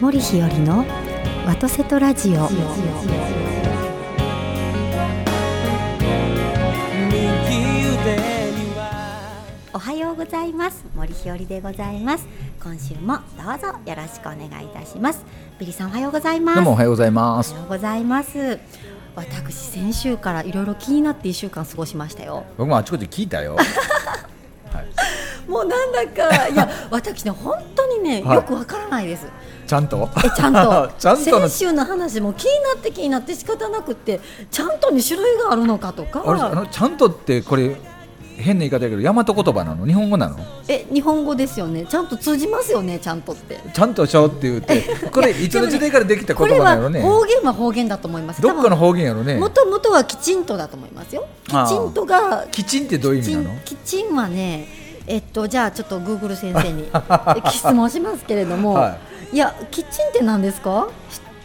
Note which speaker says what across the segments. Speaker 1: 森日和のワトセトラジオおはようございます森日和でございます今週もどうぞよろしくお願いいたしますビリさんおはようございます
Speaker 2: どうもおはようござい
Speaker 1: お
Speaker 2: ま
Speaker 1: は
Speaker 2: す。
Speaker 1: ようございます私先週からいろいろ気になって一週間過ごしましたよ
Speaker 2: 僕もあちこち聞いた よ。
Speaker 1: もうなんだ かいや私ね本当にね
Speaker 2: はい
Speaker 1: よくわからないです、
Speaker 2: ちゃんと。
Speaker 1: えちゃんと
Speaker 2: ちゃんとの
Speaker 1: 先週の話も気になって気になって仕方なくってちゃんとに種類があるのかと
Speaker 2: あれ、あ
Speaker 1: か
Speaker 2: のちゃんとって、これ。変な言い方やけど、大和言葉なの、日本語なの。
Speaker 1: え日本語ですよねちゃんと通じますよねちゃんとって
Speaker 2: ちゃんとしようって言 って、これいつの時代からできた
Speaker 1: こ
Speaker 2: 言
Speaker 1: れ
Speaker 2: 葉な
Speaker 1: は
Speaker 2: のね。
Speaker 1: 方言は方言だと思います
Speaker 2: どっかの方言やろね。
Speaker 1: もともとはきちんとだと思いますよき
Speaker 2: ああ
Speaker 1: ちんとが
Speaker 2: きちんってどういう
Speaker 1: き
Speaker 2: 意味
Speaker 1: ち
Speaker 2: なんの。
Speaker 1: きちんはねえっとじゃあちょっとグーグル先 生にえ質問しますけれども、、
Speaker 2: はい
Speaker 1: やきちんって何ですか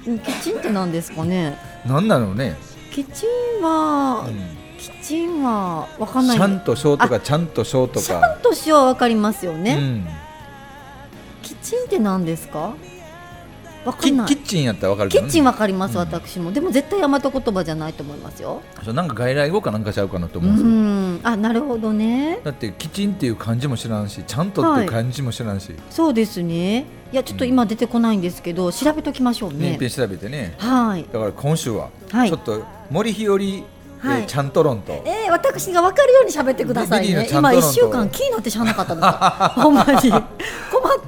Speaker 1: しきちんって何ですかね
Speaker 2: なんなのね。
Speaker 1: きちんは、
Speaker 2: うん
Speaker 1: キッチンはわかんない
Speaker 2: ちゃんとしようと
Speaker 1: あ
Speaker 2: か、ちゃんとしようと
Speaker 1: シャ
Speaker 2: か
Speaker 1: ン。としはわかりますよ
Speaker 2: う
Speaker 1: ね、
Speaker 2: ん
Speaker 1: キッチンって何ですかわか
Speaker 2: キ
Speaker 1: んない
Speaker 2: キッ
Speaker 1: キ
Speaker 2: チンやったらわかるけど
Speaker 1: ッ
Speaker 2: ね
Speaker 1: チンわかります、
Speaker 2: うん
Speaker 1: 私もでも絶対大和言葉じゃないと思いますよ
Speaker 2: そうなんか外来語かなんかちゃうかなと
Speaker 1: う
Speaker 2: 思うんですよ
Speaker 1: んあなるほどね
Speaker 2: だってきちんっていう漢字も知らんしちゃんとっていう漢字も知らんし、
Speaker 1: そうですねいやちょっと今出てこないんですけど調べときましょう
Speaker 2: ねい
Speaker 1: ね
Speaker 2: っぺん調べてね
Speaker 1: はい
Speaker 2: だから今週は、
Speaker 1: はい
Speaker 2: ちょっと森日和、え
Speaker 1: は
Speaker 2: ー
Speaker 1: い
Speaker 2: ちゃんと論と、
Speaker 1: えー、私が分かるように喋ってください
Speaker 2: ビリーの
Speaker 1: ね
Speaker 2: ちゃんと論
Speaker 1: 今
Speaker 2: と
Speaker 1: 一週間気になってしゃあなかったんですよほんまに困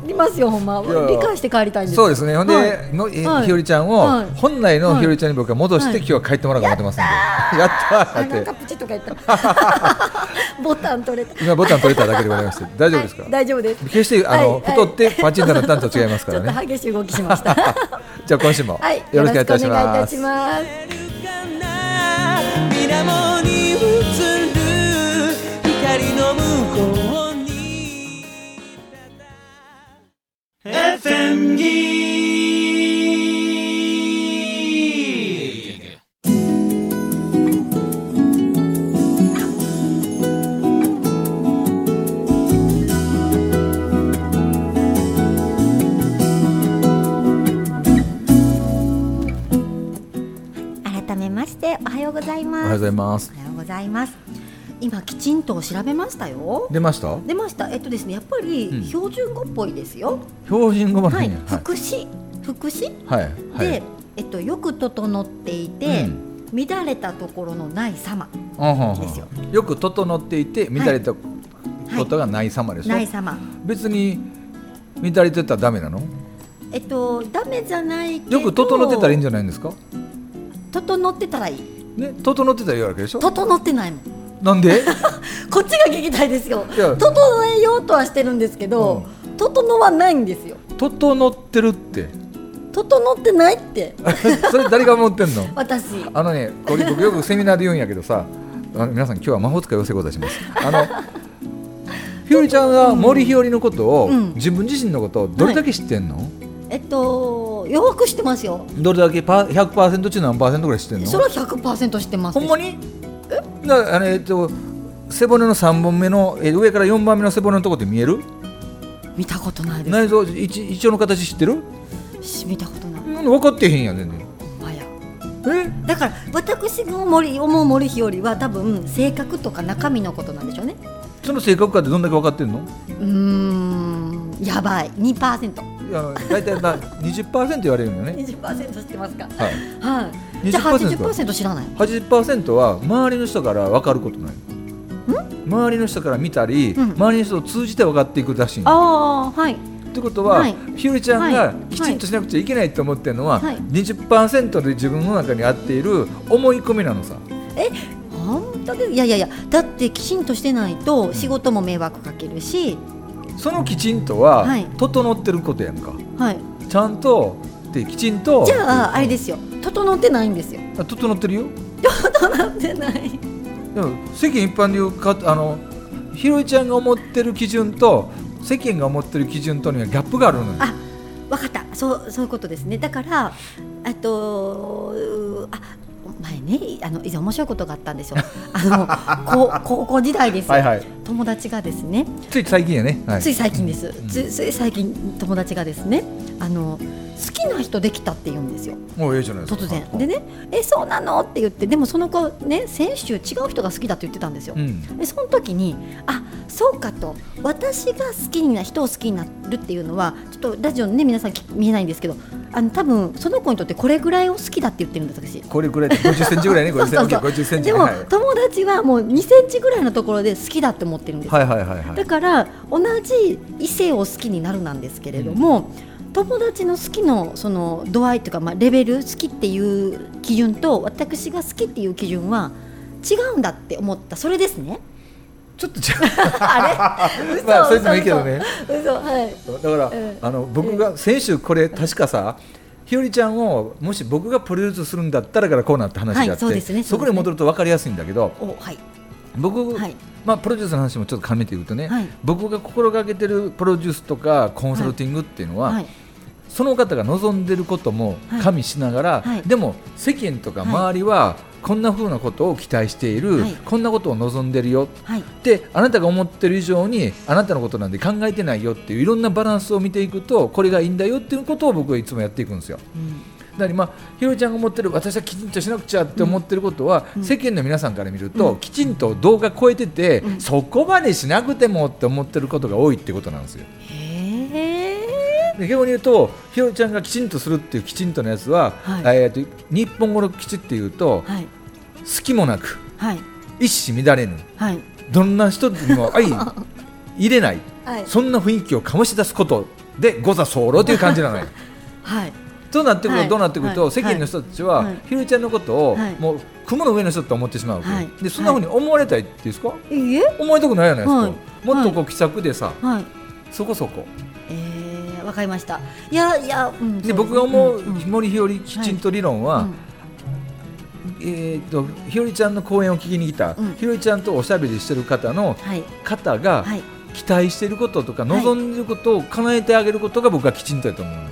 Speaker 1: りますよほんま
Speaker 2: いや
Speaker 1: 理解して帰りたいんです
Speaker 2: そうですねほんで、
Speaker 1: はい
Speaker 2: のえー
Speaker 1: はい
Speaker 2: 日和ちゃんを、
Speaker 1: はい
Speaker 2: 本来の日和ちゃんに僕は戻して、
Speaker 1: はい
Speaker 2: 今日は帰ってもらおうと思ってますんで、 やった
Speaker 1: あ
Speaker 2: ー
Speaker 1: なん
Speaker 2: や
Speaker 1: か
Speaker 2: って
Speaker 1: プチッとか言った ボタン取れた
Speaker 2: 今ボタン取れただけでございまして大丈夫ですか、
Speaker 1: はい大丈夫です
Speaker 2: 決してあの、
Speaker 1: はいはい
Speaker 2: 太ってパチンとなったんと違いますから
Speaker 1: ちょっ
Speaker 2: ね
Speaker 1: と激しい動きしました は
Speaker 2: じゃあ今週も、
Speaker 1: い
Speaker 2: よろしくお願いいたし
Speaker 1: よろくお願いいた
Speaker 2: ま
Speaker 1: し
Speaker 2: す
Speaker 1: ます改めましておはようござい
Speaker 2: おはようご
Speaker 1: ます
Speaker 2: ざいます
Speaker 1: おはようございます今きちんと調べましたよ
Speaker 2: 出ました
Speaker 1: 出ましたえっとですねやっぱり
Speaker 2: うん
Speaker 1: 標準語っぽいですよ、
Speaker 2: 標準語も
Speaker 1: は
Speaker 2: ないいね
Speaker 1: 福祉福祉
Speaker 2: はいはいは
Speaker 1: で
Speaker 2: い、
Speaker 1: えっと、よく整っていて、乱れたところのない様
Speaker 2: うんうんうん
Speaker 1: ですよ
Speaker 2: よく整っていて乱れたことがない様でしょ、
Speaker 1: ない様
Speaker 2: 別に乱れてたらダメなの
Speaker 1: えっとダメじゃないけど
Speaker 2: よく整ってたらいいん
Speaker 1: じ
Speaker 2: じゃないんですか
Speaker 1: ゃ整ってたらいい
Speaker 2: ね整ってたらいいわけでしょ
Speaker 1: 整ってないもん
Speaker 2: なんで
Speaker 1: こっちが聞きたいですよ
Speaker 2: いや
Speaker 1: 整えようとはしてるんですけど、整はないんですよ
Speaker 2: 整ってるって
Speaker 1: 整ってないって
Speaker 2: それ誰が思ってんの
Speaker 1: 私
Speaker 2: あのねこれ僕よくセミナーで言うんやけどさあの皆さん今日は魔法使い養成講座しますあのひよりちゃんは森ひよりのことを、
Speaker 1: うん
Speaker 2: 自分自身のことをどれだけ知ってんの、
Speaker 1: えっとよく知ってますよ
Speaker 2: どれだけパー100%中何パーセントぐらい知ってんの
Speaker 1: それは100%知ってます
Speaker 2: ほんまになあのえっと背骨の3本目のえ上から4番目の背骨のとこって見える
Speaker 1: 見たことないで
Speaker 2: 内臓一一応の形知ってる
Speaker 1: すし見たことない
Speaker 2: うん分かってへんやん全然
Speaker 1: ほんまや
Speaker 2: え
Speaker 1: だから私が森思う森日和は多分性格とか中身のことなんでしょうね
Speaker 2: その性格かってどんだけ分かってんの
Speaker 1: うーんやばい2%20%
Speaker 2: いや大体まあ 20%言われるんだよね、
Speaker 1: 知ってますか
Speaker 2: はい、
Speaker 1: はい
Speaker 2: 20%
Speaker 1: じゃあ80%知らない
Speaker 2: 80%は周りの人から分かることない周りの人から見たり、
Speaker 1: うん
Speaker 2: 周りの人を通じて分かっていくらしいの
Speaker 1: ああはい
Speaker 2: ってことは、
Speaker 1: はい
Speaker 2: ひよりちゃん
Speaker 1: は
Speaker 2: が
Speaker 1: い
Speaker 2: きちんとしなくちゃいけないと思ってるのは、
Speaker 1: はい
Speaker 2: 20%で自分の中に合っている思い込みなのさ、
Speaker 1: 本当でいやいやいやだってきちんとしてないと仕事も迷惑かけるし、
Speaker 2: そのきちんとは、
Speaker 1: はい
Speaker 2: 整ってることやんか
Speaker 1: はい、
Speaker 2: ちゃんとできちんと
Speaker 1: じゃああれですすよ整ってないんですよ
Speaker 2: 整ってるよ
Speaker 1: 整ってない
Speaker 2: でも世間一般でいうかあのひろいちゃんが思ってる基準と世間が思ってる基準とにはギャップがあるのよ
Speaker 1: あわかったそうそういうことですねだからあとうあ前ねあの以前面白いことがあったんで すよあの高高校時代です、
Speaker 2: はいはい
Speaker 1: 友達がですね
Speaker 2: つい最近やね、はい、
Speaker 1: つい最近です、
Speaker 2: うん
Speaker 1: ついつい最近友達がですねあの好きな人できたって言うんですよ
Speaker 2: もうええじゃないですか
Speaker 1: 突然でね「えそうなの?」って言ってでもその子ね先週違う人が好きだって言ってたんですよ、
Speaker 2: うん
Speaker 1: でその時にあそうかと私が好きな人を好きになるっていうのはちょっとラジオね皆さんき見えないんですけどあの多分その子にとってこれぐらいを好きだって言ってるんです私。
Speaker 2: これくらいで50センチぐらいね50セン チ50センチ
Speaker 1: でも、
Speaker 2: はい
Speaker 1: 友達はもう2センチぐらいのところで好きだって思ってるんです、
Speaker 2: はいはいはいは
Speaker 1: だ
Speaker 2: い
Speaker 1: から同じ異性を好きになるなんですけれども、友達の好きのその度合いというか、まあ、レベル好きっていう基準と私が好きっていう基準は違うんだって思ったそれですね
Speaker 2: ちょっとじゃ
Speaker 1: あ れ嘘、
Speaker 2: まあそれでもいいけどね
Speaker 1: 嘘嘘はい
Speaker 2: あだから、
Speaker 1: うん
Speaker 2: あの僕が先週これ確かさ、ひよりちゃんをもし僕がプロデュースするんだったらからこうなって話があって、
Speaker 1: はいそうですね
Speaker 2: そこに戻ると分かりやすいんだけど
Speaker 1: おはい
Speaker 2: 僕、
Speaker 1: はい
Speaker 2: まあ、プロデュースの話もちょっと兼ねて言うとね、
Speaker 1: はい
Speaker 2: 僕が心がけてるプロデュースとかコンサルティングっていうのは、
Speaker 1: はい
Speaker 2: その方が望んでることも
Speaker 1: はい
Speaker 2: 加味しながら、
Speaker 1: はい
Speaker 2: でも世間とか周りはこんなふうなことを期待している、
Speaker 1: はい
Speaker 2: こんなことを望んでるよ
Speaker 1: はい
Speaker 2: ってあなたが思ってる以上にあなたのことなんで考えてないよっていういろんなバランスを見ていくとこれがいいんだよっていうことを僕はいつもやっていくんですよ。
Speaker 1: うん
Speaker 2: だからまあひろりちゃんが思ってる私はきちんとしなくちゃって思ってることは、
Speaker 1: うん
Speaker 2: 世間の皆さんから見ると、きちんと動画超えてて、
Speaker 1: うん
Speaker 2: そこまでしなくてもって思ってることが多いってことなんですよ。
Speaker 1: へ
Speaker 2: で逆に言うとひろりちゃんがきちんとするっていうきちんとのやつは、
Speaker 1: はい
Speaker 2: えー、と日本語のきちっていうと
Speaker 1: ーはい
Speaker 2: 隙もなく
Speaker 1: はい
Speaker 2: 一糸乱れぬ
Speaker 1: はい
Speaker 2: どんな人にも相入れない
Speaker 1: はい
Speaker 2: そんな雰囲気を醸し出すことでござ候という感じなのよ。
Speaker 1: はい
Speaker 2: となってくると、
Speaker 1: はい
Speaker 2: どうなってくると、
Speaker 1: はい
Speaker 2: 世間の人たちは、
Speaker 1: はい
Speaker 2: ひろりちゃんのことを、
Speaker 1: はい
Speaker 2: もう雲の上の人と思ってしまうわけ、
Speaker 1: はい
Speaker 2: でそんなふうに思われたいっていうんですか、
Speaker 1: いいえ
Speaker 2: 思いたくないじゃないですか、
Speaker 1: はい
Speaker 2: もっとこう気さくでさ、
Speaker 1: はい
Speaker 2: そこそこ
Speaker 1: えー、わかりましたいやいや、うん、
Speaker 2: で僕が思う、
Speaker 1: んん
Speaker 2: 森ひよりきちんと理論は、
Speaker 1: うん
Speaker 2: えー、とひよりちゃんの講演を聞きに来た、
Speaker 1: うん
Speaker 2: ひよりちゃんとおしゃべりしてる方の
Speaker 1: はい
Speaker 2: 方が
Speaker 1: はい
Speaker 2: 期待してることとか、
Speaker 1: はい
Speaker 2: 望んでることを叶えてあげることが僕はきちんとやと思うの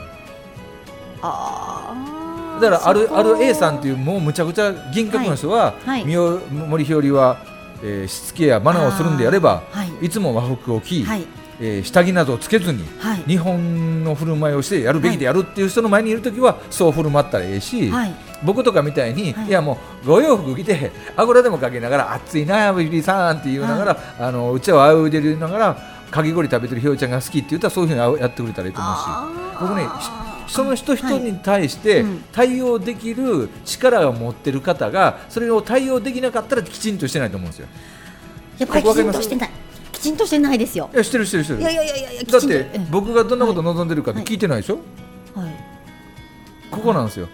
Speaker 1: あ
Speaker 2: だからあるある A さんっていううもうむちゃくちゃ厳格な人は、
Speaker 1: はいはい
Speaker 2: みよ森ひよりは、えーしつけやマナーをするんであれば
Speaker 1: はい
Speaker 2: いつも和服を着、
Speaker 1: はい
Speaker 2: えー下着などをつけずに
Speaker 1: はい
Speaker 2: 日本の振る舞いをしてやるべきでやるっていう人の前にいるときはそう振る舞ったらええし、
Speaker 1: はい
Speaker 2: 僕とかみたいに、
Speaker 1: はい
Speaker 2: い、やもうご洋服着てあぐらでもかけながら暑いなビリさんって言いながら、あのうちはあうでるながらかき氷食べてるひよりちゃんが好きって言ったらそういうふうにやってくれたらいいと思うし
Speaker 1: あー
Speaker 2: 僕ねしその人人に対し
Speaker 1: はい
Speaker 2: て
Speaker 1: うん
Speaker 2: 対応できる力を持ってる方がそれを対応できなかったらきちんとしてないと思うんですよ。
Speaker 1: やっぱりきちんとしてないきちんとしてないですよ
Speaker 2: いやしてるしてるしてる
Speaker 1: いやいやいやいやいやきち
Speaker 2: だ
Speaker 1: ん
Speaker 2: っ
Speaker 1: と
Speaker 2: て
Speaker 1: うん
Speaker 2: 僕がどんなこと望んでるかって聞いてないでしょ、
Speaker 1: はい
Speaker 2: ここなんですよ。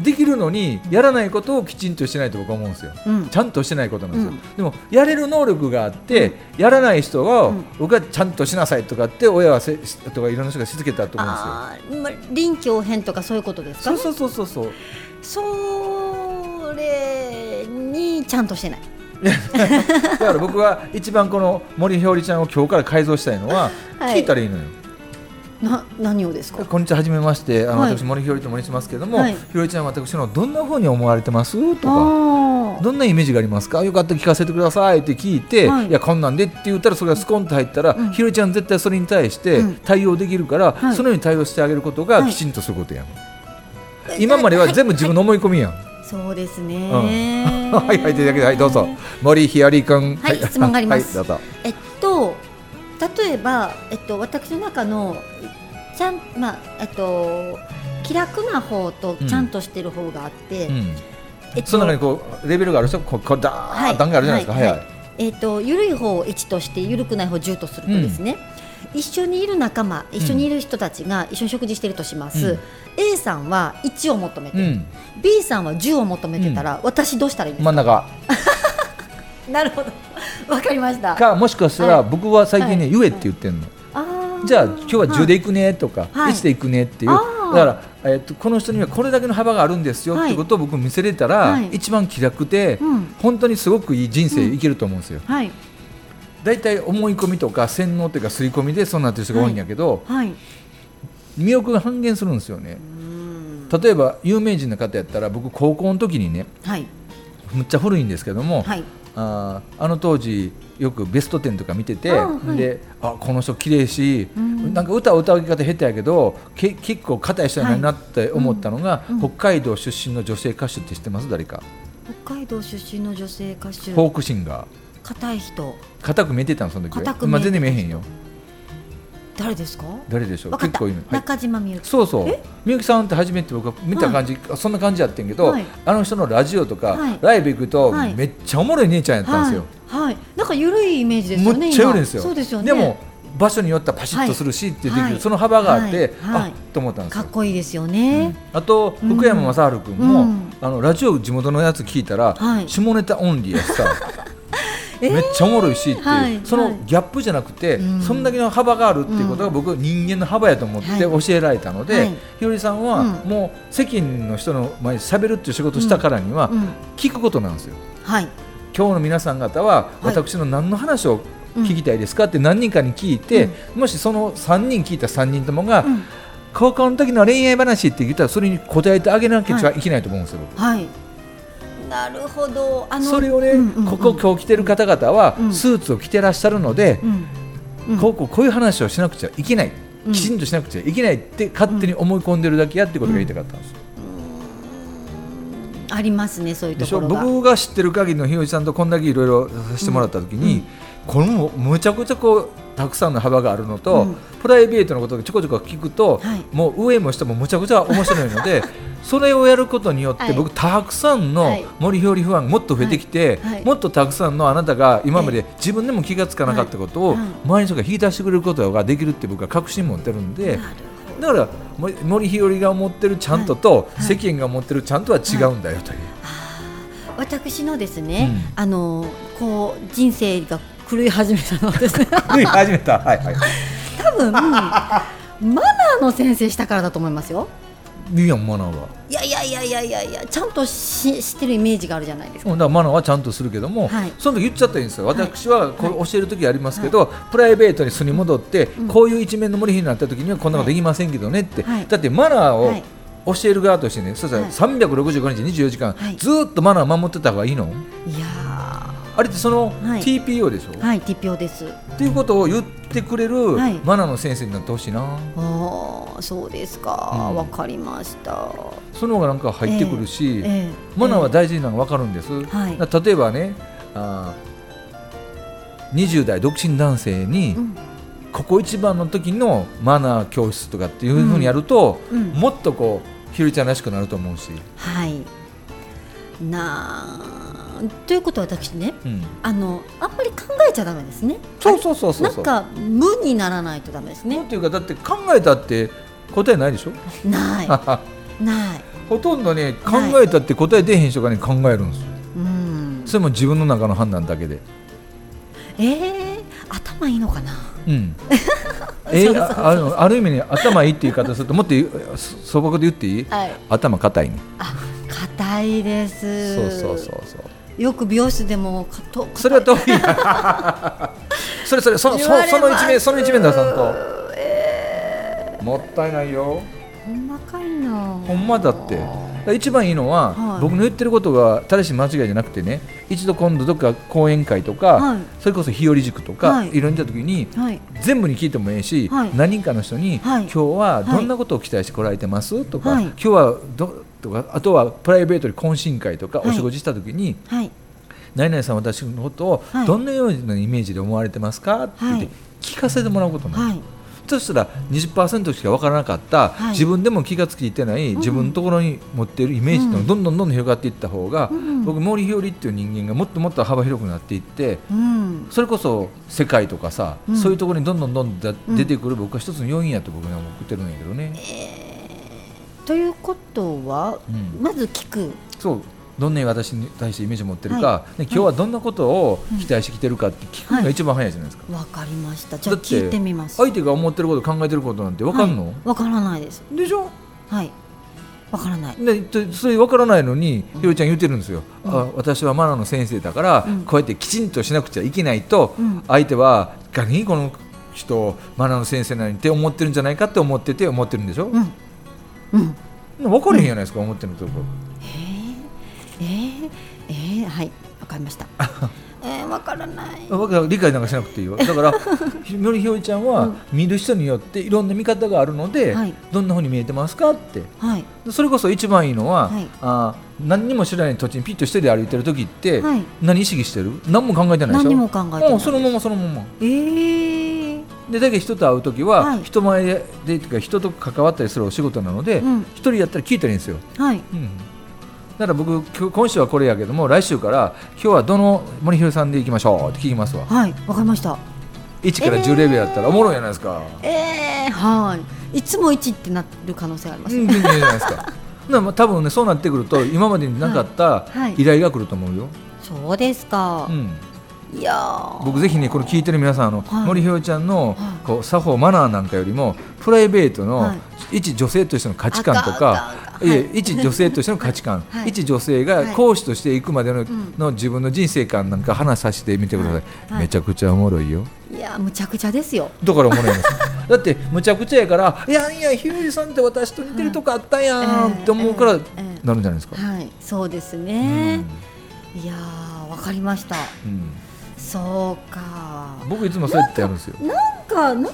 Speaker 2: できるのにやらないことをきちんとしてないと僕は思うんですよ。
Speaker 1: うん
Speaker 2: ちゃんとしてないことなんですよ、
Speaker 1: うん
Speaker 2: でもやれる能力があって、やらない人が、
Speaker 1: うん
Speaker 2: 僕はちゃんとしなさいとかって親はせとかいろんな人がしつけたと思うんで
Speaker 1: あーま臨機応変とかそういうことです
Speaker 2: すよ
Speaker 1: か
Speaker 2: そうそうそうそうそう
Speaker 1: それにちゃんとしてない
Speaker 2: だから僕は一番この森ひょりちゃんを今日から改造したいのは、
Speaker 1: はい
Speaker 2: 聞いたらいいのよ
Speaker 1: な何をですか
Speaker 2: こんにちははじめましてあの、
Speaker 1: はい
Speaker 2: 私森ひょりと申しますけれども、
Speaker 1: はい
Speaker 2: ひょりちゃんは私のどんなふうに思われてますとか
Speaker 1: あ
Speaker 2: どんなイメージがありますかよかったら聞かせてくださいって聞いて、
Speaker 1: はい
Speaker 2: い、やこんなんでって言ったらそれがスコンと入ったら、
Speaker 1: うん
Speaker 2: ひろりちゃん絶対それに対して
Speaker 1: うん
Speaker 2: 対応できるから、
Speaker 1: はい
Speaker 2: そのように対応してあげることが
Speaker 1: はい
Speaker 2: きちんとすることやん、
Speaker 1: あ
Speaker 2: 今までは全部自分
Speaker 1: の
Speaker 2: の思い込みやん、
Speaker 1: そうです
Speaker 2: う
Speaker 1: ね
Speaker 2: ん はいはいというわけで、はい、どうぞ森ひよりくん
Speaker 1: はい質問があります
Speaker 2: はい、どうぞ
Speaker 1: えっと例えば、えっと、私の中のちゃん、まあえっと、気楽な方と
Speaker 2: うん
Speaker 1: ちゃんとしてる方があって、
Speaker 2: うん
Speaker 1: えっと
Speaker 2: その中にこうレベルがある人こうこうだ
Speaker 1: は
Speaker 2: ー
Speaker 1: い
Speaker 2: 段があるじゃないですか、
Speaker 1: は
Speaker 2: はいいは
Speaker 1: は
Speaker 2: いい
Speaker 1: えっと、緩い方を1として緩くない方を10とするとですね、一緒にいる仲間一緒にいる人たちが一緒に食事してるとします、
Speaker 2: うん
Speaker 1: A さんは1を求めて、
Speaker 2: う
Speaker 1: る
Speaker 2: ん
Speaker 1: B さんは10を求めてたら、私どうしたらいいんです
Speaker 2: 真
Speaker 1: か、
Speaker 2: ん中
Speaker 1: なるほど わかりました
Speaker 2: かもしかしたら僕は最近ね、
Speaker 1: はい
Speaker 2: 言えって言ってんの、
Speaker 1: あー
Speaker 2: じゃあ今日は10でいくねとか、
Speaker 1: はい
Speaker 2: 1でいくねっていうだ
Speaker 1: あー
Speaker 2: から、えっとこの人にはこれだけの幅があるんですよっ
Speaker 1: はい
Speaker 2: てことを僕見せれたら、
Speaker 1: はい
Speaker 2: 一番気楽で、
Speaker 1: うん
Speaker 2: 本当にすごくいい人生
Speaker 1: うん
Speaker 2: いけると思うんですよ。
Speaker 1: はい
Speaker 2: だいたい思い込みとか洗脳というか刷り込みでそうなってる人が多いんやけど、
Speaker 1: はい
Speaker 2: 魅力が半減するんですよね。
Speaker 1: うーん
Speaker 2: 例えば有名人の方やったら僕高校の時にね
Speaker 1: はい
Speaker 2: むっちゃ古いんですけども、
Speaker 1: はい
Speaker 2: あーあの当時よくベスト10とか見てて
Speaker 1: あーはい
Speaker 2: であこの人綺麗し、
Speaker 1: うん
Speaker 2: なんか歌を歌う方下手やけどけ結構硬い人やなって思ったのが、
Speaker 1: うんうん
Speaker 2: 北海道出身の女性歌手って知ってます誰か、
Speaker 1: 北海道出身の女性歌
Speaker 2: フ
Speaker 1: 手
Speaker 2: ォークシンガー
Speaker 1: 硬い人
Speaker 2: 硬く見えてたのその時
Speaker 1: 硬く見え
Speaker 2: 今
Speaker 1: て
Speaker 2: 全然見えへんよ
Speaker 1: 誰ですか
Speaker 2: 誰でしょう
Speaker 1: わかっ
Speaker 2: 結
Speaker 1: た
Speaker 2: 構いる、はい、
Speaker 1: 中島みゆき
Speaker 2: そうそう
Speaker 1: え
Speaker 2: みゆきさんって初めて僕は見た感じ、そんな感じやってんけど、
Speaker 1: はい
Speaker 2: あの人のラジオとか、
Speaker 1: はい
Speaker 2: ライブ行くと、
Speaker 1: はい
Speaker 2: めっちゃおもろい姉ちゃんやったんですよ、
Speaker 1: はいはいなんか緩いイメージですよ
Speaker 2: む
Speaker 1: ね
Speaker 2: っちゃ緩いんですよ
Speaker 1: 今そうですよね
Speaker 2: でも場所によってはパシッとするしっていうできる、
Speaker 1: はい
Speaker 2: その幅があって、
Speaker 1: はいはい
Speaker 2: あと思ったんです
Speaker 1: か
Speaker 2: よ
Speaker 1: っこいいですよ
Speaker 2: うん
Speaker 1: ね、
Speaker 2: あと
Speaker 1: うん
Speaker 2: 福山雅治君も、
Speaker 1: うん
Speaker 2: あのラジオ地元のやつ聞いたら、
Speaker 1: はい
Speaker 2: 下ネタオンリーやしさ
Speaker 1: えー
Speaker 2: めっちゃおもろいしっていう、
Speaker 1: はい
Speaker 2: そ
Speaker 1: は
Speaker 2: の
Speaker 1: い
Speaker 2: ギャップじゃなくて、
Speaker 1: うん
Speaker 2: そんだけの幅があるっていうことが
Speaker 1: うん
Speaker 2: 僕人間の幅やと思って教
Speaker 1: は
Speaker 2: えられたので、
Speaker 1: はい
Speaker 2: ひよりさんは
Speaker 1: うん
Speaker 2: もう世間の人の前で喋るっていう仕事したからには
Speaker 1: うん
Speaker 2: 聞くことなんですよ。
Speaker 1: はい
Speaker 2: 今日の皆さん方は
Speaker 1: はい
Speaker 2: 私の何の話を聞きたいですかって何人かに聞いて、もしその3人聞いた3人ともが、
Speaker 1: うん
Speaker 2: 高校の時の恋愛話って言ったらそれに答えてあげなきゃいけないと思うんですよ、僕
Speaker 1: はいなるほどあの
Speaker 2: それをね、
Speaker 1: うんうんうん
Speaker 2: ここ今日着てる方々は
Speaker 1: うん
Speaker 2: スーツを着てらっしゃるので、
Speaker 1: うんうん
Speaker 2: こうこうこういう話をしなくちゃいけない、
Speaker 1: うん
Speaker 2: きちんとしなくちゃいけないって勝手に思い込んでるだけやってことが言いたかったんですよ、
Speaker 1: ありますねそういう
Speaker 2: で
Speaker 1: と
Speaker 2: しょ
Speaker 1: ころが
Speaker 2: 僕が知ってる限りのひよじさんとこんだけいろいろさせてもらった時に、これもむちゃくちゃこうたくさんの幅があるのと、
Speaker 1: うん
Speaker 2: プライベートのことをちょこちょこ聞くと、
Speaker 1: はい
Speaker 2: もう上も下もむちゃくちゃ面白い のでそれをやることによって
Speaker 1: はい
Speaker 2: 僕、たくさん
Speaker 1: は
Speaker 2: の
Speaker 1: い
Speaker 2: 森ひよりファンもっと増えてきて、
Speaker 1: はいはい
Speaker 2: もっとたくさんのあなたが今まで自分でも気がつかなかったことを
Speaker 1: はいはい
Speaker 2: 周りの人が引き出してくれることができるって僕は確信持ってるんで。
Speaker 1: なるほど
Speaker 2: だから森森ひよりが思ってるちゃんとと、
Speaker 1: はいはい
Speaker 2: 世間が思ってるちゃんとは違うんだよという、
Speaker 1: 私のですね、
Speaker 2: うん
Speaker 1: あのこう人生が狂い始めたのはですね
Speaker 2: 縫い始めた。はいはい。
Speaker 1: 多分マナーの先生したからだと思いますよ
Speaker 2: いいやんマナーは。
Speaker 1: いやいやいやいやいやいやちゃんとし知ってるイメージがあるじゃないですか
Speaker 2: うんだからマナーはちゃんとするけども、
Speaker 1: はい
Speaker 2: その時言っちゃったらいいんですよ。私はこれ教える時ありますけど、プライベートに素に戻って、
Speaker 1: うん
Speaker 2: こういう一面の森日になった時にはこんなことできませんけどねって。
Speaker 1: はい
Speaker 2: だってマナーを、
Speaker 1: はい
Speaker 2: 教える側としてね、そしたら
Speaker 1: はい
Speaker 2: 365日24時間、
Speaker 1: はい
Speaker 2: ずーっとマナー守ってた方がいいの
Speaker 1: いやー
Speaker 2: あれってその
Speaker 1: はい
Speaker 2: TPO でしょ、
Speaker 1: はいティピオです
Speaker 2: っていうことを言ってくれる
Speaker 1: はい
Speaker 2: マナーの先生になってほしいな、
Speaker 1: ああそうですか
Speaker 2: うん
Speaker 1: わ、かりました
Speaker 2: その方がなんか入ってくるし、
Speaker 1: ええ
Speaker 2: マナーは大事なのが分かるんです、
Speaker 1: はい
Speaker 2: だから例えばねあー20代独身男性に、
Speaker 1: うん
Speaker 2: ここ一番の時のマナー教室とかっていうふうにやると、
Speaker 1: うん
Speaker 2: もっとこうひるちゃんらしくなると思うし、
Speaker 1: はいなあということは私ね
Speaker 2: うん、
Speaker 1: あのあんまり考えちゃダメですね
Speaker 2: そうそうそうそうそう
Speaker 1: なんか無にならないとダメです
Speaker 2: な
Speaker 1: ね
Speaker 2: んていうかだって考えたって答えないでしょ
Speaker 1: ないない
Speaker 2: ほとんどね考えたって答え出えへん人がね考えるんですよ
Speaker 1: うん
Speaker 2: それも自分の中の判断だけで、
Speaker 1: えー、頭いいのかな
Speaker 2: うん、えーああのある意味ね頭いいっていう言い方するともっと言うそ素朴で言っていい
Speaker 1: はい
Speaker 2: 頭硬いね
Speaker 1: あ硬いです
Speaker 2: そうそうそうそう
Speaker 1: よく美容室でもかと
Speaker 2: それは遠いそれそれそのそ
Speaker 1: 言われ
Speaker 2: その一面
Speaker 1: ます
Speaker 2: その一面出さんと、もったいないよ
Speaker 1: 細かいな
Speaker 2: ほんまだってだから一番いいのは、
Speaker 1: はい
Speaker 2: 僕の言ってることが正しい間違いじゃなくてね一度今度どっか講演会とか、
Speaker 1: はい
Speaker 2: それこそ日和塾とか、
Speaker 1: はいい、
Speaker 2: ろんな時に
Speaker 1: はい
Speaker 2: 全部に聞いてもええし、
Speaker 1: はい
Speaker 2: 何人かの人に、
Speaker 1: はい
Speaker 2: 今日はどんなことを期待してこられてます、とか、
Speaker 1: はい
Speaker 2: 今日はどとかあとはプライベートで懇親会とか、
Speaker 1: はい
Speaker 2: お仕事した時に
Speaker 1: はい
Speaker 2: 何々さん私のことを
Speaker 1: はい
Speaker 2: どんなようなイメージで思われてますかって言っ
Speaker 1: は
Speaker 2: て
Speaker 1: い
Speaker 2: 聞かせてもらうことも、
Speaker 1: はい
Speaker 2: そしたら20%しか分からなかった、
Speaker 1: はい
Speaker 2: 自分でも気が付いてない、自分のところに持っているイメージっていうの
Speaker 1: う
Speaker 2: が
Speaker 1: ん
Speaker 2: どんどんどんどん広がっていった方が、
Speaker 1: うん
Speaker 2: 僕森ひよりっていう人間がもっともっと幅広くなっていって
Speaker 1: うん
Speaker 2: それこそ世界とかさ、
Speaker 1: うん
Speaker 2: そういうところにどんどんどんどんだ
Speaker 1: うん
Speaker 2: 出てくる僕は一つの要因やと僕には思ってるんやけどね、
Speaker 1: ということは、
Speaker 2: うん
Speaker 1: まず聞く
Speaker 2: そうどんな私に対してイメージを持ってるか、で今日はどんなことを期待してきてるかって聞くのが一番早いじゃないですか。
Speaker 1: わかりましたじゃあ
Speaker 2: だって
Speaker 1: 聞いてみます
Speaker 2: 相手が思ってること考えてることなんて分かんの、
Speaker 1: はいわからないです
Speaker 2: でしょ
Speaker 1: はいわからない
Speaker 2: でとそれ分からないのに、ひろちゃん言ってるんですよ、
Speaker 1: うん
Speaker 2: あ私はマナーの先生だから、
Speaker 1: うん
Speaker 2: こうやってきちんとしなくちゃいけないと、
Speaker 1: うん
Speaker 2: 相手は何この人マナーの先生なのにって思ってるんじゃないかって思ってて思ってるんでしょ、
Speaker 1: うんうん
Speaker 2: 分かれへんじゃないですか、思ってるのとこ
Speaker 1: えー、えー、えー、はいわか りましたえー、わからない
Speaker 2: 僕は理解なんかしなくていいよだからひよりひよりちゃんは見る人によっていろんな見方があるので、
Speaker 1: はい
Speaker 2: どんなふうに見えてますかって
Speaker 1: はい
Speaker 2: それこそ一番いいのは、
Speaker 1: はい
Speaker 2: あー何にも知らない土地にピッと一人で歩いてる時って、
Speaker 1: はい
Speaker 2: 何意識してる何も考えてないでしょ
Speaker 1: 何も考えてない
Speaker 2: うんそのままそのまま
Speaker 1: えー、
Speaker 2: でだけど人と会う時は、
Speaker 1: はい
Speaker 2: 人前でというか人と関わったりするお仕事なので一、
Speaker 1: うん
Speaker 2: 人やったら聞いたらいいんですよ、
Speaker 1: はい
Speaker 2: うん、だから僕今日今週はこれやけども来週から今日はどの森弘さんでいきましょうって聞きますわ
Speaker 1: はいわかりました
Speaker 2: 1から10レベルやったらおもろいじゃないですか、
Speaker 1: えー、はいいつも一ってなる可能性あります
Speaker 2: うん、全然いいじゃないですか だからまあ多分ねそうなってくると今までになかった
Speaker 1: はい
Speaker 2: 依頼が来ると思うよ、
Speaker 1: そうですか
Speaker 2: う、ん、
Speaker 1: いやー
Speaker 2: 僕ぜひねこれ聞いてる皆さんあの、
Speaker 1: はい
Speaker 2: 森ひよりちゃんの
Speaker 1: はい
Speaker 2: こう作法マナーなんかよりもプライベートの、
Speaker 1: は
Speaker 2: 一女性としての価値観とか
Speaker 1: あかんあかん
Speaker 2: いえ
Speaker 1: は
Speaker 2: 一女性としての価値 観、
Speaker 1: はい
Speaker 2: 一女性
Speaker 1: はい
Speaker 2: が講師としていくまでの,、
Speaker 1: ん
Speaker 2: の自分の人生観なんか話させてみてください、
Speaker 1: はい
Speaker 2: めちゃくちゃおもろいよ
Speaker 1: いやーむちゃくちゃですよ
Speaker 2: だからおもろいん ですだってむちゃくちゃやからいやいやひよりさんって私と似てるとこあったやんって思うから
Speaker 1: ええええ
Speaker 2: なるんじゃないですか、
Speaker 1: はいそうですね、いやーわかりました
Speaker 2: うん
Speaker 1: そうか
Speaker 2: 僕いつもそうやってやるんですよ
Speaker 1: なんかなんか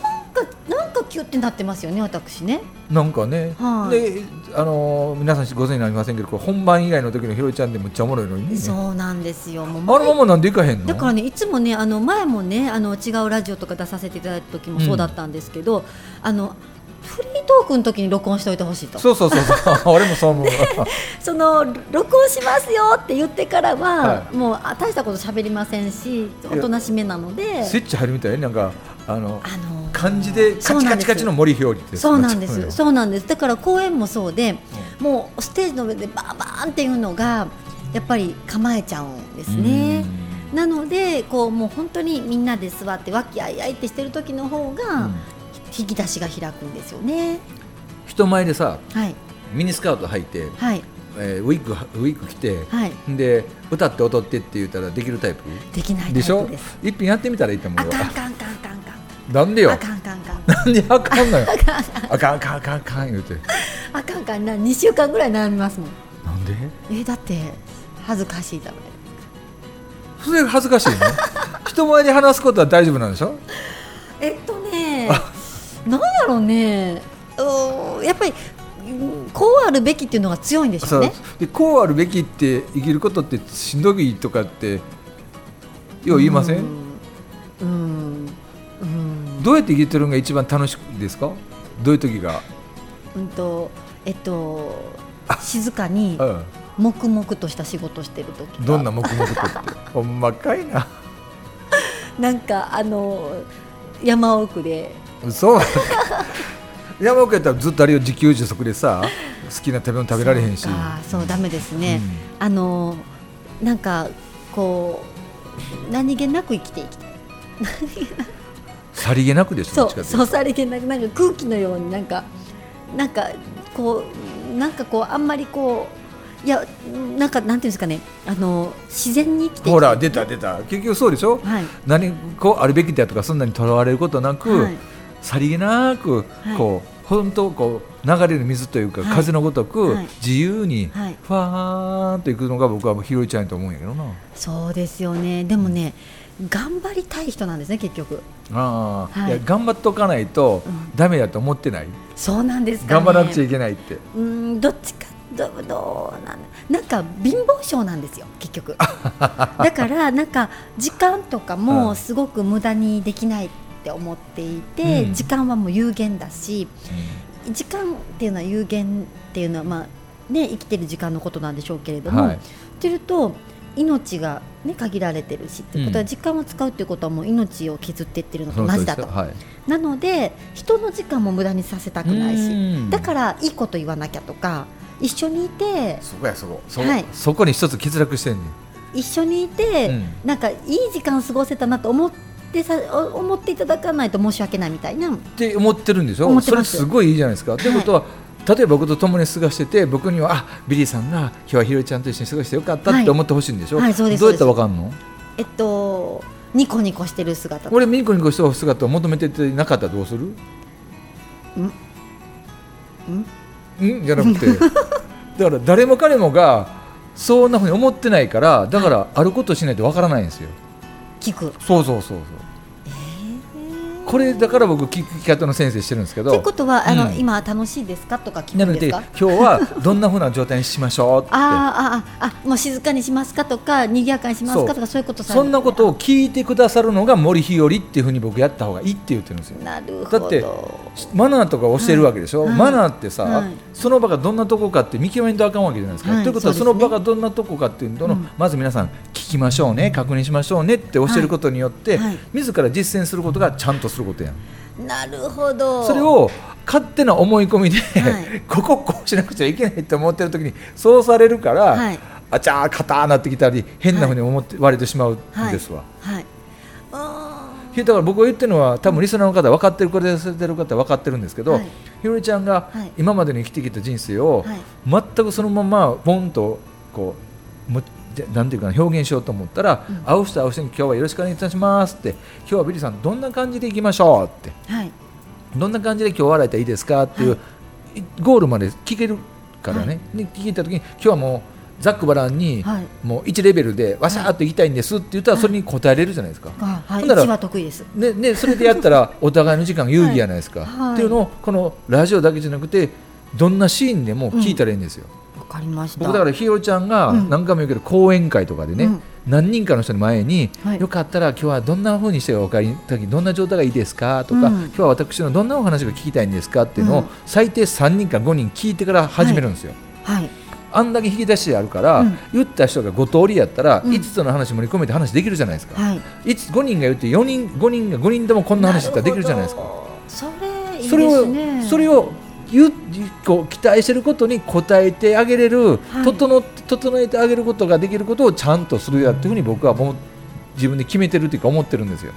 Speaker 1: なんかキュってなってますよね私ね
Speaker 2: なんかね、
Speaker 1: はい
Speaker 2: であのー皆さんご存知になりませんけどこれ本番以外の時のひろいちゃんでむっちゃおもろいのにねあ
Speaker 1: そうなんですよもう
Speaker 2: のままなんでいかへんの
Speaker 1: だからねいつもねあの前もねあの違うラジオとか出させていただいた時もそうだったんですけど、あのフリートークの時に録音しておいてほしいとそ
Speaker 2: そうそうそうそう 俺もそう思う、
Speaker 1: の録音しますよって言ってからは、
Speaker 2: は
Speaker 1: もうあ大したこと喋りませんしおとなしめなので
Speaker 2: スイッチ入るみたいなんかあの
Speaker 1: あのー
Speaker 2: 漢字でカチカチカチの森ひよりって
Speaker 1: そうなんです
Speaker 2: なっちゃう
Speaker 1: そうなんですだから公演もそうで、もうステージの上でバーバーンっていうのがやっぱり構えちゃうんです
Speaker 2: のよ
Speaker 1: ね。なのでこうもう本当にみんなで座って和気あいあいってしてる時の方
Speaker 2: うん
Speaker 1: が
Speaker 2: うん
Speaker 1: 引き出しが開くんですよね。
Speaker 2: 人前でさ
Speaker 1: はい
Speaker 2: ミニスカート履いて、
Speaker 1: はい
Speaker 2: えーウィッグはウィッグ着て、
Speaker 1: はい
Speaker 2: で歌って踊ってって言ったらできるタイプ
Speaker 1: できないタ
Speaker 2: で
Speaker 1: イ
Speaker 2: しょ
Speaker 1: プです。
Speaker 2: 一品やってみたらいいと思
Speaker 1: あ
Speaker 2: うよ
Speaker 1: かんかんかんかんかん。
Speaker 2: なんでよ
Speaker 1: あかんかんかん。
Speaker 2: なんであかんのよあかんあかんあかんあかん言うて
Speaker 1: あかんかんな二週間ぐらい悩みますもん。
Speaker 2: なんで
Speaker 1: えだって恥ずかしいだろ。
Speaker 2: それが恥ずかしい ね人前で話すことは大丈夫なんでしょ
Speaker 1: えっとね、なんやろうね。うーやっぱりうんこうあるべきっていうのが強いんでしょ
Speaker 2: そうう
Speaker 1: ね。
Speaker 2: でこうあるべきって生きることってしんどいとかってよう言いません
Speaker 1: うん。うん。うん。
Speaker 2: どうやって生きてるのが一番楽しいですかどういう時が、
Speaker 1: うんとえっと静かに
Speaker 2: う
Speaker 1: 黙々とした仕事してる時
Speaker 2: ん、
Speaker 1: が
Speaker 2: どんな黙々と ってほんまかいな
Speaker 1: なんかあの山奥で
Speaker 2: そう山奥やったらずっとあれよ自給自足でさ好きな食べ物食べられへんし
Speaker 1: そうかそうダメですね、あのなんかこう何気なく生きていきたい
Speaker 2: さりげなくでしょ
Speaker 1: そ
Speaker 2: どっちか
Speaker 1: う
Speaker 2: ってい
Speaker 1: そうさりげなくなんか空気のようになんかなんかこうなんかこうあんまりこういやなんかなんていうんですかねあの自然に生きていきたい
Speaker 2: ほら出た出た結局そうでしょ、
Speaker 1: はい
Speaker 2: 何こうあるべきだとかそんなにとらわれることなく、
Speaker 1: はい
Speaker 2: さりげなく
Speaker 1: はい
Speaker 2: こう本当こう流れる水というか、
Speaker 1: はい
Speaker 2: 風のごとく、
Speaker 1: はい
Speaker 2: 自由に
Speaker 1: はい
Speaker 2: ふわーんといくのが僕はひろいちゃんやと思うんやけどな
Speaker 1: そうですよねでもね頑張りたい人なんですね結局
Speaker 2: あー、
Speaker 1: はい
Speaker 2: い、や頑張っとかないと
Speaker 1: うん
Speaker 2: ダメだと思ってない、
Speaker 1: そうなんですか、
Speaker 2: 頑
Speaker 1: ね、
Speaker 2: 張らなくちゃいけないって
Speaker 1: うーんどっちかどどうなんなんか貧乏症なんですよ 結局だからなんか時間とか
Speaker 2: うん
Speaker 1: もすごく無駄にできないって思っていて、
Speaker 2: うん
Speaker 1: 時間はもう有限だし時間っていうのは有限っていうのはまあね生きてる時間のことなんでしょうけれども、
Speaker 2: はい
Speaker 1: っていうと命がね限られてるしってこと
Speaker 2: う
Speaker 1: は
Speaker 2: ん
Speaker 1: 時間を使うっていうことはもう命を削っていってるの
Speaker 2: そ
Speaker 1: と
Speaker 2: の
Speaker 1: 同
Speaker 2: 通り
Speaker 1: じ
Speaker 2: で
Speaker 1: だ
Speaker 2: す
Speaker 1: と
Speaker 2: よはい
Speaker 1: なので人の時間も無駄にさせたくない
Speaker 2: う
Speaker 1: し
Speaker 2: ん
Speaker 1: だからいいこと言わなきゃとか一緒にいて
Speaker 2: そこやそこそ,、
Speaker 1: はい
Speaker 2: そこに一つ欠落してんねん
Speaker 1: 一緒にいて、
Speaker 2: うん
Speaker 1: なんかいい時間過ごせたなと思ってさお思っていただかないと申し訳ないみたいな
Speaker 2: って思ってるんでしょ
Speaker 1: 思って
Speaker 2: それ
Speaker 1: ます
Speaker 2: すごいいいじゃないですか。ということは、例えば僕と共に過ごしてて僕にはあビリーさんが今日はひろいちゃんと一緒に過ごしてよかった
Speaker 1: は
Speaker 2: っ
Speaker 1: い
Speaker 2: て思ってほしいんでしょ、
Speaker 1: はいそうです
Speaker 2: どうやったらわかんの
Speaker 1: えっとニコニコしてる姿と
Speaker 2: 俺ミニコニコした姿を求めててなかったらどうする
Speaker 1: ん
Speaker 2: んじゃなくてだから誰も彼もがそんなふうに思ってないからだからあることしないとわからないんですよ
Speaker 1: 聞く。
Speaker 2: そうそうそうそうこれだから僕聞き方の先生してるんですけ
Speaker 1: って
Speaker 2: ど
Speaker 1: ことは、あの、
Speaker 2: うん
Speaker 1: 今楽しいですかとか聞
Speaker 2: な
Speaker 1: く
Speaker 2: の
Speaker 1: ん
Speaker 2: で
Speaker 1: で
Speaker 2: す今
Speaker 1: か。
Speaker 2: 日はどんなふうな状態にしましょうって
Speaker 1: あーあーあーあもう静かにしますかとか賑やかにしますかとかそういうことさ
Speaker 2: そんなことを聞いてくださるのが森日和っていうふうに僕やった方がいいって言ってるんですよ
Speaker 1: なるほど
Speaker 2: だってマナーとか教えるわけでしょ、
Speaker 1: はいはい
Speaker 2: マナーってさ、
Speaker 1: はい
Speaker 2: その場がどんなとこかって見極めんとあかんわけじゃないですか。
Speaker 1: はい
Speaker 2: ということはそ,、
Speaker 1: そうで
Speaker 2: の
Speaker 1: すね
Speaker 2: 場がどんなとこかっていうのを、
Speaker 1: うん
Speaker 2: まず皆さん聞きましょうね確認しましょうねって教えることによって、
Speaker 1: はいはい
Speaker 2: 自ら実践することがちゃんとすることやん。
Speaker 1: なるほど
Speaker 2: それを勝手な思い込みで、
Speaker 1: はい
Speaker 2: こここうしなくちゃいけないって思ってる時にそうされるから、
Speaker 1: はい
Speaker 2: あちゃー硬ーなってきたり変なふうに思って、割れてしまうんですわ。
Speaker 1: はいあ
Speaker 2: ひだから僕が言ってるのは多分リスナーの方分かってるくれてる方は分かってるんですけど、
Speaker 1: はい
Speaker 2: ひろりちゃんが
Speaker 1: はい
Speaker 2: 今までに生きてきた人生を
Speaker 1: はい
Speaker 2: 全くそのままポンとこうもじゃなんていうかな表現しようと思ったら、
Speaker 1: うん
Speaker 2: 会う人会う人に今日はよろしくお願いいたしますって今日はビリーさんどんな感じでいきましょうって
Speaker 1: ーはい
Speaker 2: どんな感じで今日笑えたらいいですかっていう、
Speaker 1: はい
Speaker 2: ゴールまで聞けるからね、で聞いた時に今日はもうざっくばらんに、
Speaker 1: はい
Speaker 2: もう1レベルでわしゃーっといきたいんですって言ったらそれに答えれるじゃないですか。
Speaker 1: あはい
Speaker 2: ほんなら
Speaker 1: 一は得意です
Speaker 2: ねね、それでやった らお互いの時間有意義じゃないですか、
Speaker 1: はい
Speaker 2: っていうのをこのラジオだけじゃなくてどんなシーンでも聞いたらいいんですよ、
Speaker 1: わかりました
Speaker 2: 僕だからひよちゃんが
Speaker 1: うん
Speaker 2: 何回も言うけど講演会とかでね、
Speaker 1: うん
Speaker 2: 何人かの人の前に、
Speaker 1: はい
Speaker 2: よかったら今日はどんな風にしてお帰りの時どんな状態がいいですかとか、
Speaker 1: うん
Speaker 2: 今日は私のどんなお話が聞きたいんですかっていうの
Speaker 1: う
Speaker 2: を
Speaker 1: ん
Speaker 2: 最低3人か5人聞いてから始めるんですよ、
Speaker 1: はい
Speaker 2: あんだけ引き出しあるから、
Speaker 1: うん
Speaker 2: 言った人が5通りやったら、
Speaker 1: うん
Speaker 2: 5つの話盛り込めて話できるじゃないですか、
Speaker 1: はい
Speaker 2: いつ5人が言って4人5人が5人でもこんな話だったらできるじゃないです
Speaker 1: る
Speaker 2: か
Speaker 1: ほどそれいい
Speaker 2: それ
Speaker 1: です
Speaker 2: を
Speaker 1: ね
Speaker 2: それをゆこう期待してることに応えてあげれる、
Speaker 1: はい
Speaker 2: 整っ整えてあげることができることをちゃんとするやっていうふうに僕はもう自分で決めてるというか思ってるんですよ。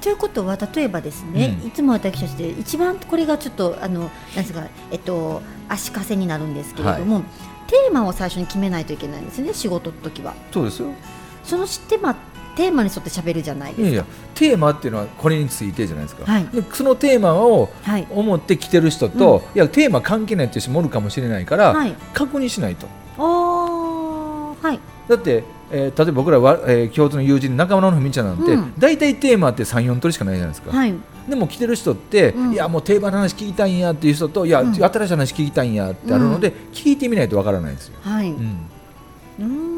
Speaker 1: ということは例えばですね、
Speaker 2: うん
Speaker 1: いつも私たちで一番これがちょっとあのなんですかえっと足かせになるんですけれども、テーマを最初に決めないといけないんですね仕事の時は
Speaker 2: そうですよ
Speaker 1: そのテーマテーマに沿って喋るじゃない
Speaker 2: いや
Speaker 1: で
Speaker 2: いやテーマっていうのはこれについてじゃないですか、
Speaker 1: はい
Speaker 2: でそのテーマを
Speaker 1: すかはい
Speaker 2: 思って来てる人と、いやテーマ関係ないっていう人もおるかもしれないから、
Speaker 1: はい
Speaker 2: 確認しないと。
Speaker 1: おーはい
Speaker 2: だって、えー例えば僕らは、えー共通の友人仲間の文ちゃんなんて、
Speaker 1: うん
Speaker 2: 大体テーマって34取りしかないじゃないですか、
Speaker 1: はい
Speaker 2: でも来てる人って、
Speaker 1: うん
Speaker 2: いやもう定番の話聞きたいんやっていう人といや、
Speaker 1: うん
Speaker 2: 新しい話聞きたいんやってあるので、聞いてみないとわからないんですよ、
Speaker 1: はい
Speaker 2: うん
Speaker 1: うーん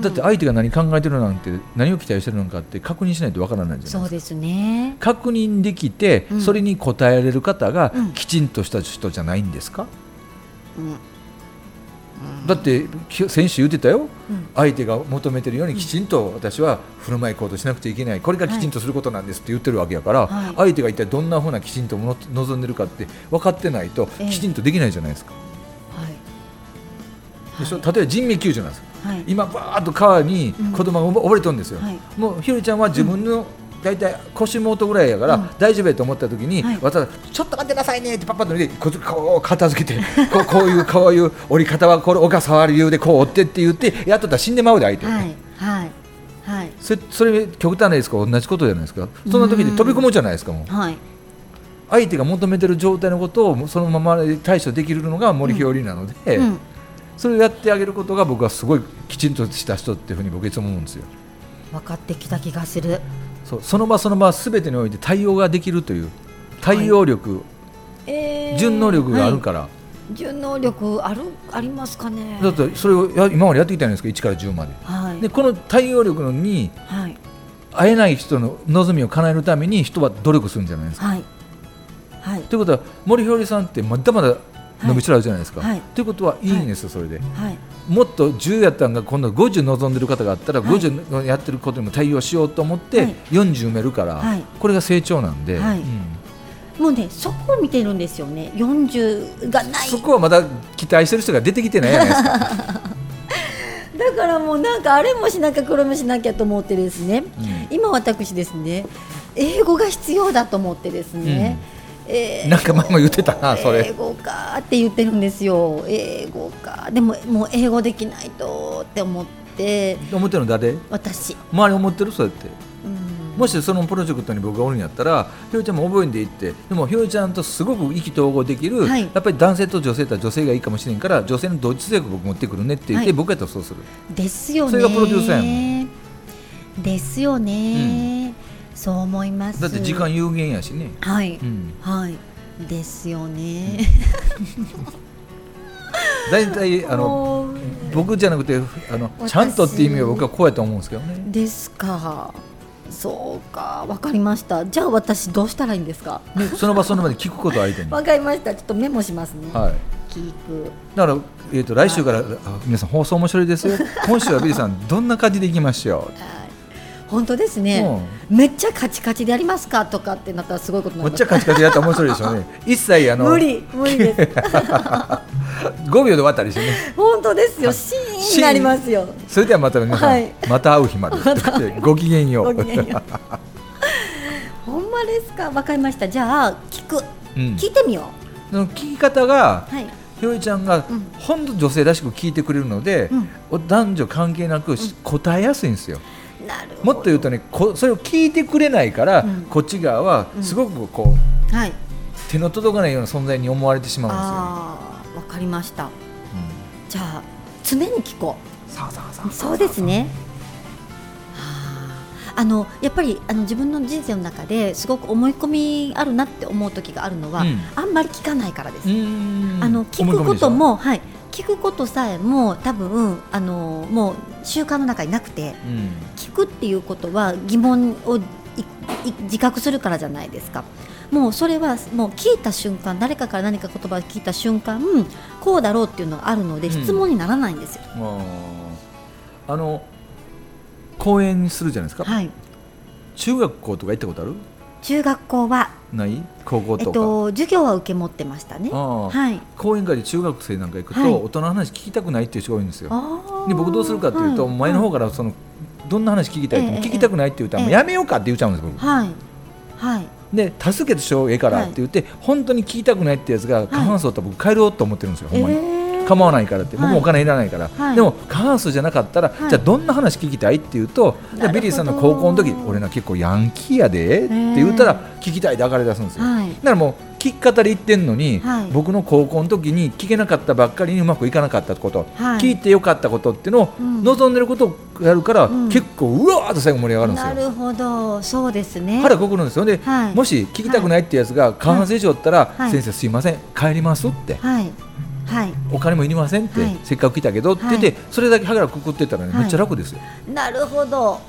Speaker 2: だって相手が何考えてるなんて何を期待してるのかって確認しないとわからないじゃ
Speaker 1: そ
Speaker 2: な
Speaker 1: う
Speaker 2: いですか
Speaker 1: ですね
Speaker 2: 確認できて、
Speaker 1: うん
Speaker 2: それに応えれる方が
Speaker 1: うん
Speaker 2: きちんとした人じゃないんですか、
Speaker 1: うん
Speaker 2: だってき先週言ってたよ
Speaker 1: うん
Speaker 2: 相手が求めてるようにきちんと私は振る舞い行動しなくちゃいけないこれがきちんとすることなんですって言ってるわけやから、
Speaker 1: はい
Speaker 2: 相手が一体どんなふうなきちんともの望んでるかって分かってないと
Speaker 1: ええ
Speaker 2: きちんとできないじゃないですか、
Speaker 1: はい
Speaker 2: でしょ例えば人命救助なんですよ
Speaker 1: はい
Speaker 2: 今バーッと川に子供が溺れとるんですよ、
Speaker 1: はい
Speaker 2: もうひろりちゃんは自分の、大体腰元ぐらいやから、
Speaker 1: うん
Speaker 2: 大丈夫やと思った時に、
Speaker 1: はい
Speaker 2: 私はちょっと待ってくださいねってパッパッと見てここう片付けて こうこういうこういう折り方はこれ小笠原流でこう折ってって言ってやっとったら死んでまうで相手、
Speaker 1: はいはいはい
Speaker 2: それそれ極端なですか同じことじゃないですかそんな時で飛び込むじゃないですかもう
Speaker 1: はい
Speaker 2: 相手が求めてる状態のことをそのまま対処できるのが森日和なので、
Speaker 1: うん
Speaker 2: それをやってあげることが僕はすごいきちんとした人っていうふうに僕いつも思うんですよ
Speaker 1: 分かってきた気がする
Speaker 2: そうその場その場全てにおいて対応ができるという対応力、
Speaker 1: えー
Speaker 2: 順応力があるから、
Speaker 1: はい順応力あるありますかね
Speaker 2: だってそれをや今までやってきたんですか1から10まで。
Speaker 1: はい
Speaker 2: でこの対応力のに
Speaker 1: はい
Speaker 2: 会えない人の望みを叶えるために人は努力するんじゃないですか
Speaker 1: はいはい
Speaker 2: ということは森ひよりさんってまだまだ伸びしろあるじゃないですか。
Speaker 1: はい
Speaker 2: ということはいいんですよ、それで。
Speaker 1: はい
Speaker 2: もっと10やったんが今度50望んでる方があったら、
Speaker 1: はい
Speaker 2: 50のやってることにも対応しようと思って、
Speaker 1: はい
Speaker 2: 40埋めるから、
Speaker 1: はい
Speaker 2: これが成長なんで、
Speaker 1: はい
Speaker 2: うん
Speaker 1: もうねそこを見てるんですよね40がない
Speaker 2: そこはまだ期待してる人が出てきてないじゃないですか。
Speaker 1: だからもうなんかあれもしなきゃこれもしなきゃと思ってですね
Speaker 2: うん
Speaker 1: 今私ですね英語が必要だと思ってですね、えー
Speaker 2: なんか前も言ってたなそれ
Speaker 1: 英語かーって言ってるんですよ英語かでももう英語できないとって思って
Speaker 2: 思ってるの誰
Speaker 1: 私
Speaker 2: 周り思ってるそうやって。
Speaker 1: うん
Speaker 2: もしそのプロジェクトに僕がおるんやったらひよりちゃんも覚えんでいってでもひよりちゃんとすごく意気投合できる、
Speaker 1: はい
Speaker 2: やっぱり男性と女性とは女性がいいかもしれんから女性の同一性を僕持ってくるねって言って、
Speaker 1: はい
Speaker 2: 僕やったらそうする
Speaker 1: ですよね
Speaker 2: それがプロデューサーやも
Speaker 1: ですよね、そう思います
Speaker 2: だって時間有限やしね、
Speaker 1: はい、
Speaker 2: うん、
Speaker 1: はいですよね、
Speaker 2: だいたいあの
Speaker 1: もう
Speaker 2: 僕じゃなくてあの
Speaker 1: 私
Speaker 2: ちゃんとっていう意味は僕はこうやと思うんですけどね
Speaker 1: ですかそうかわかりましたじゃあ私どうしたらいいんですか
Speaker 2: ねその場その場で聞くこと相手に、は
Speaker 1: わかりましたちょっとメモしますね、
Speaker 2: い、
Speaker 1: 聞く
Speaker 2: だから、えー、と来週から、あ皆さん放送面白いですよ今週はビリーさんどんな感じでいきましょ
Speaker 1: 本当です
Speaker 2: う、
Speaker 1: ね、めっちゃカチカチでやりますかとかってなったらすごいこと
Speaker 2: う
Speaker 1: に
Speaker 2: ん、
Speaker 1: な
Speaker 2: も
Speaker 1: り
Speaker 2: っ
Speaker 1: ま
Speaker 2: ちゃカ
Speaker 1: す
Speaker 2: チカチやったら面白いでしょうね一切あの
Speaker 1: 無理無 理です
Speaker 2: 5秒で終わったりしてね
Speaker 1: 本当ですよシーンになりますよ
Speaker 2: それではまた皆さん、
Speaker 1: はい
Speaker 2: また会う日まで ごきげんよう
Speaker 1: ごきげんようほんまですかわかりましたじゃあ聞く、
Speaker 2: うん
Speaker 1: 聞いてみよ
Speaker 2: その聞き方が
Speaker 1: うはい
Speaker 2: ひよりちゃんが
Speaker 1: うん
Speaker 2: 本当女性らしく聞いてくれるので、
Speaker 1: うん
Speaker 2: お男女関係なくし答えやすいんですよ、
Speaker 1: なるほど
Speaker 2: もっと言うとねこそれを聞いてくれないから、
Speaker 1: うん
Speaker 2: こっち側はすごくこう、
Speaker 1: はい
Speaker 2: 手の届かないような存在に思われてしま
Speaker 1: ああわかりました
Speaker 2: うんですよ、うん
Speaker 1: じゃあ常に聞こ
Speaker 2: さあさあさ
Speaker 1: うそうですねはああのやっぱりあの自分の人生の中ですごく思い込みあるなって思う時があるのは、
Speaker 2: うん
Speaker 1: あんまり聞かないからです、
Speaker 2: ん
Speaker 1: あの聞くことも、はい、聞くことさえも多分あのもう習慣の中になくて
Speaker 2: うん
Speaker 1: 聞くっていうことは疑問をいい自覚するからじゃないですかもうそれはもう聞いた瞬間誰かから何か言葉を聞いた瞬間こうだろうっていうのがあるので
Speaker 2: うん
Speaker 1: 質問にならないんですよ、
Speaker 2: あの講演にするじゃないですか、
Speaker 1: はい、
Speaker 2: 中学校とか行ったことある
Speaker 1: 中学校は、
Speaker 2: ない高校
Speaker 1: え
Speaker 2: とか、
Speaker 1: っと、授業は受け持ってましたね
Speaker 2: ああ
Speaker 1: はい
Speaker 2: 講演会で中学生なんか行くと、
Speaker 1: はい
Speaker 2: 大人の話聞きたくないっていう人が多いんですよ
Speaker 1: あー
Speaker 2: で僕どうするかっていうと、
Speaker 1: はい
Speaker 2: 前の方からそのどんな話聞きたいって、
Speaker 1: ええ
Speaker 2: 聞きたくないって言ったら、
Speaker 1: ええ
Speaker 2: もうやめようかって言っちゃうんです僕、
Speaker 1: はいはい
Speaker 2: で助けてしょうええからって言って、本当に聞きたくないってやつが過半数だったら僕帰ろうと思ってるんですよ、ほんまに
Speaker 1: えー
Speaker 2: 構わないからって、
Speaker 1: はい
Speaker 2: 僕もお金いらないから、
Speaker 1: はい
Speaker 2: でも過半数じゃなかったら、
Speaker 1: はい
Speaker 2: じゃあどんな話聞きたいって言うと、じ
Speaker 1: なるほ
Speaker 2: ゃあ
Speaker 1: ど
Speaker 2: ビリーさんの高校の時俺な結構ヤンキーやでって言ったら聞きたいで上がり出すんですよ、
Speaker 1: はい
Speaker 2: だからもう聞き方で言ってんのに、
Speaker 1: はい
Speaker 2: 僕の高校の時に聞けなかったばっかりにうまくいかなかったこと、
Speaker 1: はい
Speaker 2: 聞いてよかったことっていうのを
Speaker 1: うん
Speaker 2: 望んでることをやるから、
Speaker 1: うん
Speaker 2: 結構うわーっと最後盛り上がるんです
Speaker 1: な
Speaker 2: よ
Speaker 1: るほどそうですね
Speaker 2: 腹くくるんですよで、
Speaker 1: はい
Speaker 2: もし聞きたくないってやつが過半数以上だったら、
Speaker 1: はい
Speaker 2: 先生すいません帰りますって、
Speaker 1: はいはい
Speaker 2: お金もいりませんって、
Speaker 1: はい
Speaker 2: せっかく来たけどって言って、
Speaker 1: はい
Speaker 2: それだけ歯がくくってたらね、
Speaker 1: はい
Speaker 2: めっちゃ楽ですよ
Speaker 1: なるほど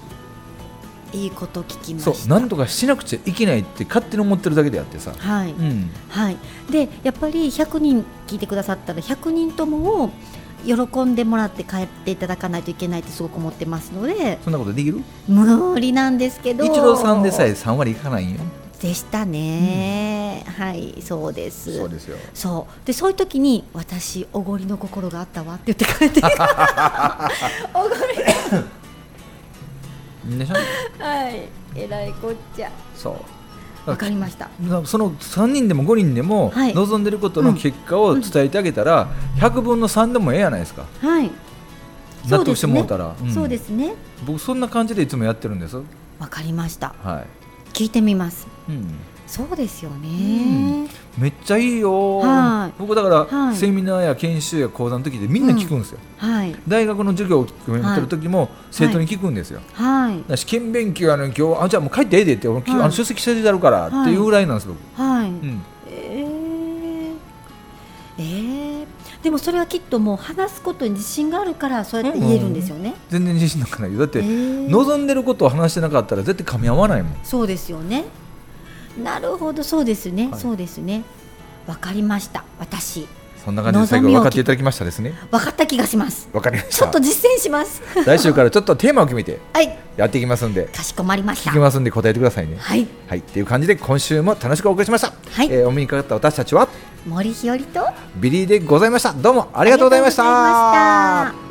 Speaker 1: いいこと聞きました
Speaker 2: そうなんとかしなくちゃいけないって勝手に思ってるだけであってさ、
Speaker 1: はい、
Speaker 2: うん、
Speaker 1: はい、でやっぱり100人聞いてくださったら100人ともを喜んでもらって帰っていただかないといけないってすごく思ってますので
Speaker 2: そんなことできる
Speaker 1: 無理なんですけど
Speaker 2: 一郎さんでさえ3割いかないんよ
Speaker 1: でしたね、はいそうです
Speaker 2: そうですよ
Speaker 1: そうでそういう時に私おごりの心があったわって言って帰 っておごり
Speaker 2: でしょ
Speaker 1: はいえらいこっちゃ
Speaker 2: そう
Speaker 1: わかりました
Speaker 2: なその3人でも5人でも
Speaker 1: はい
Speaker 2: 望んでることの結果を伝えてあげたら、100分の3でもええやないですか
Speaker 1: はい
Speaker 2: 納得してもうたらん
Speaker 1: そうですね
Speaker 2: 僕そんな感じでいつもやってるんです
Speaker 1: わ、かりました
Speaker 2: は
Speaker 1: 聞いてみます
Speaker 2: い、うん
Speaker 1: そうですよね、
Speaker 2: んめっちゃいいよ
Speaker 1: はい
Speaker 2: 僕だから、
Speaker 1: はい
Speaker 2: セミナーや研修や講座の時でみんな聞くんですよ、
Speaker 1: はい
Speaker 2: 大学の授業をやってる時も生徒に聞くんですよ、
Speaker 1: はい
Speaker 2: だから試験勉強やのに今日あじゃあもう帰ってええでって俺、き
Speaker 1: はい
Speaker 2: あの出席しててやるからっていうぐらいなんです僕、
Speaker 1: はい、
Speaker 2: うん
Speaker 1: えーえーでもそれはきっともう話すことに自信があるからそうやって言えるんですよね、
Speaker 2: 全然自信なんかないよだって、
Speaker 1: えー
Speaker 2: 望んでることを話してなかったら絶対噛み合わないもん
Speaker 1: そうですよねなるほどそうですね、
Speaker 2: はい
Speaker 1: そうですねわかりました私
Speaker 2: そんな感じで最後
Speaker 1: 望みを
Speaker 2: 分かっていただきましたですね
Speaker 1: わかった気がします
Speaker 2: 分かりまし
Speaker 1: ちょったと実践します
Speaker 2: 来週からちょっとテーマを決めて
Speaker 1: はい
Speaker 2: やっていきますんで
Speaker 1: かしこまりま
Speaker 2: 聞
Speaker 1: した
Speaker 2: きますんで答えてくださいね
Speaker 1: はい
Speaker 2: はいっていう感じで今週も楽しくお送りしました、
Speaker 1: はい
Speaker 2: えーお見にかかった私たちは
Speaker 1: 森ひよりとあ
Speaker 2: ビリーでございましたどうもありがとうございました
Speaker 1: りがとうございました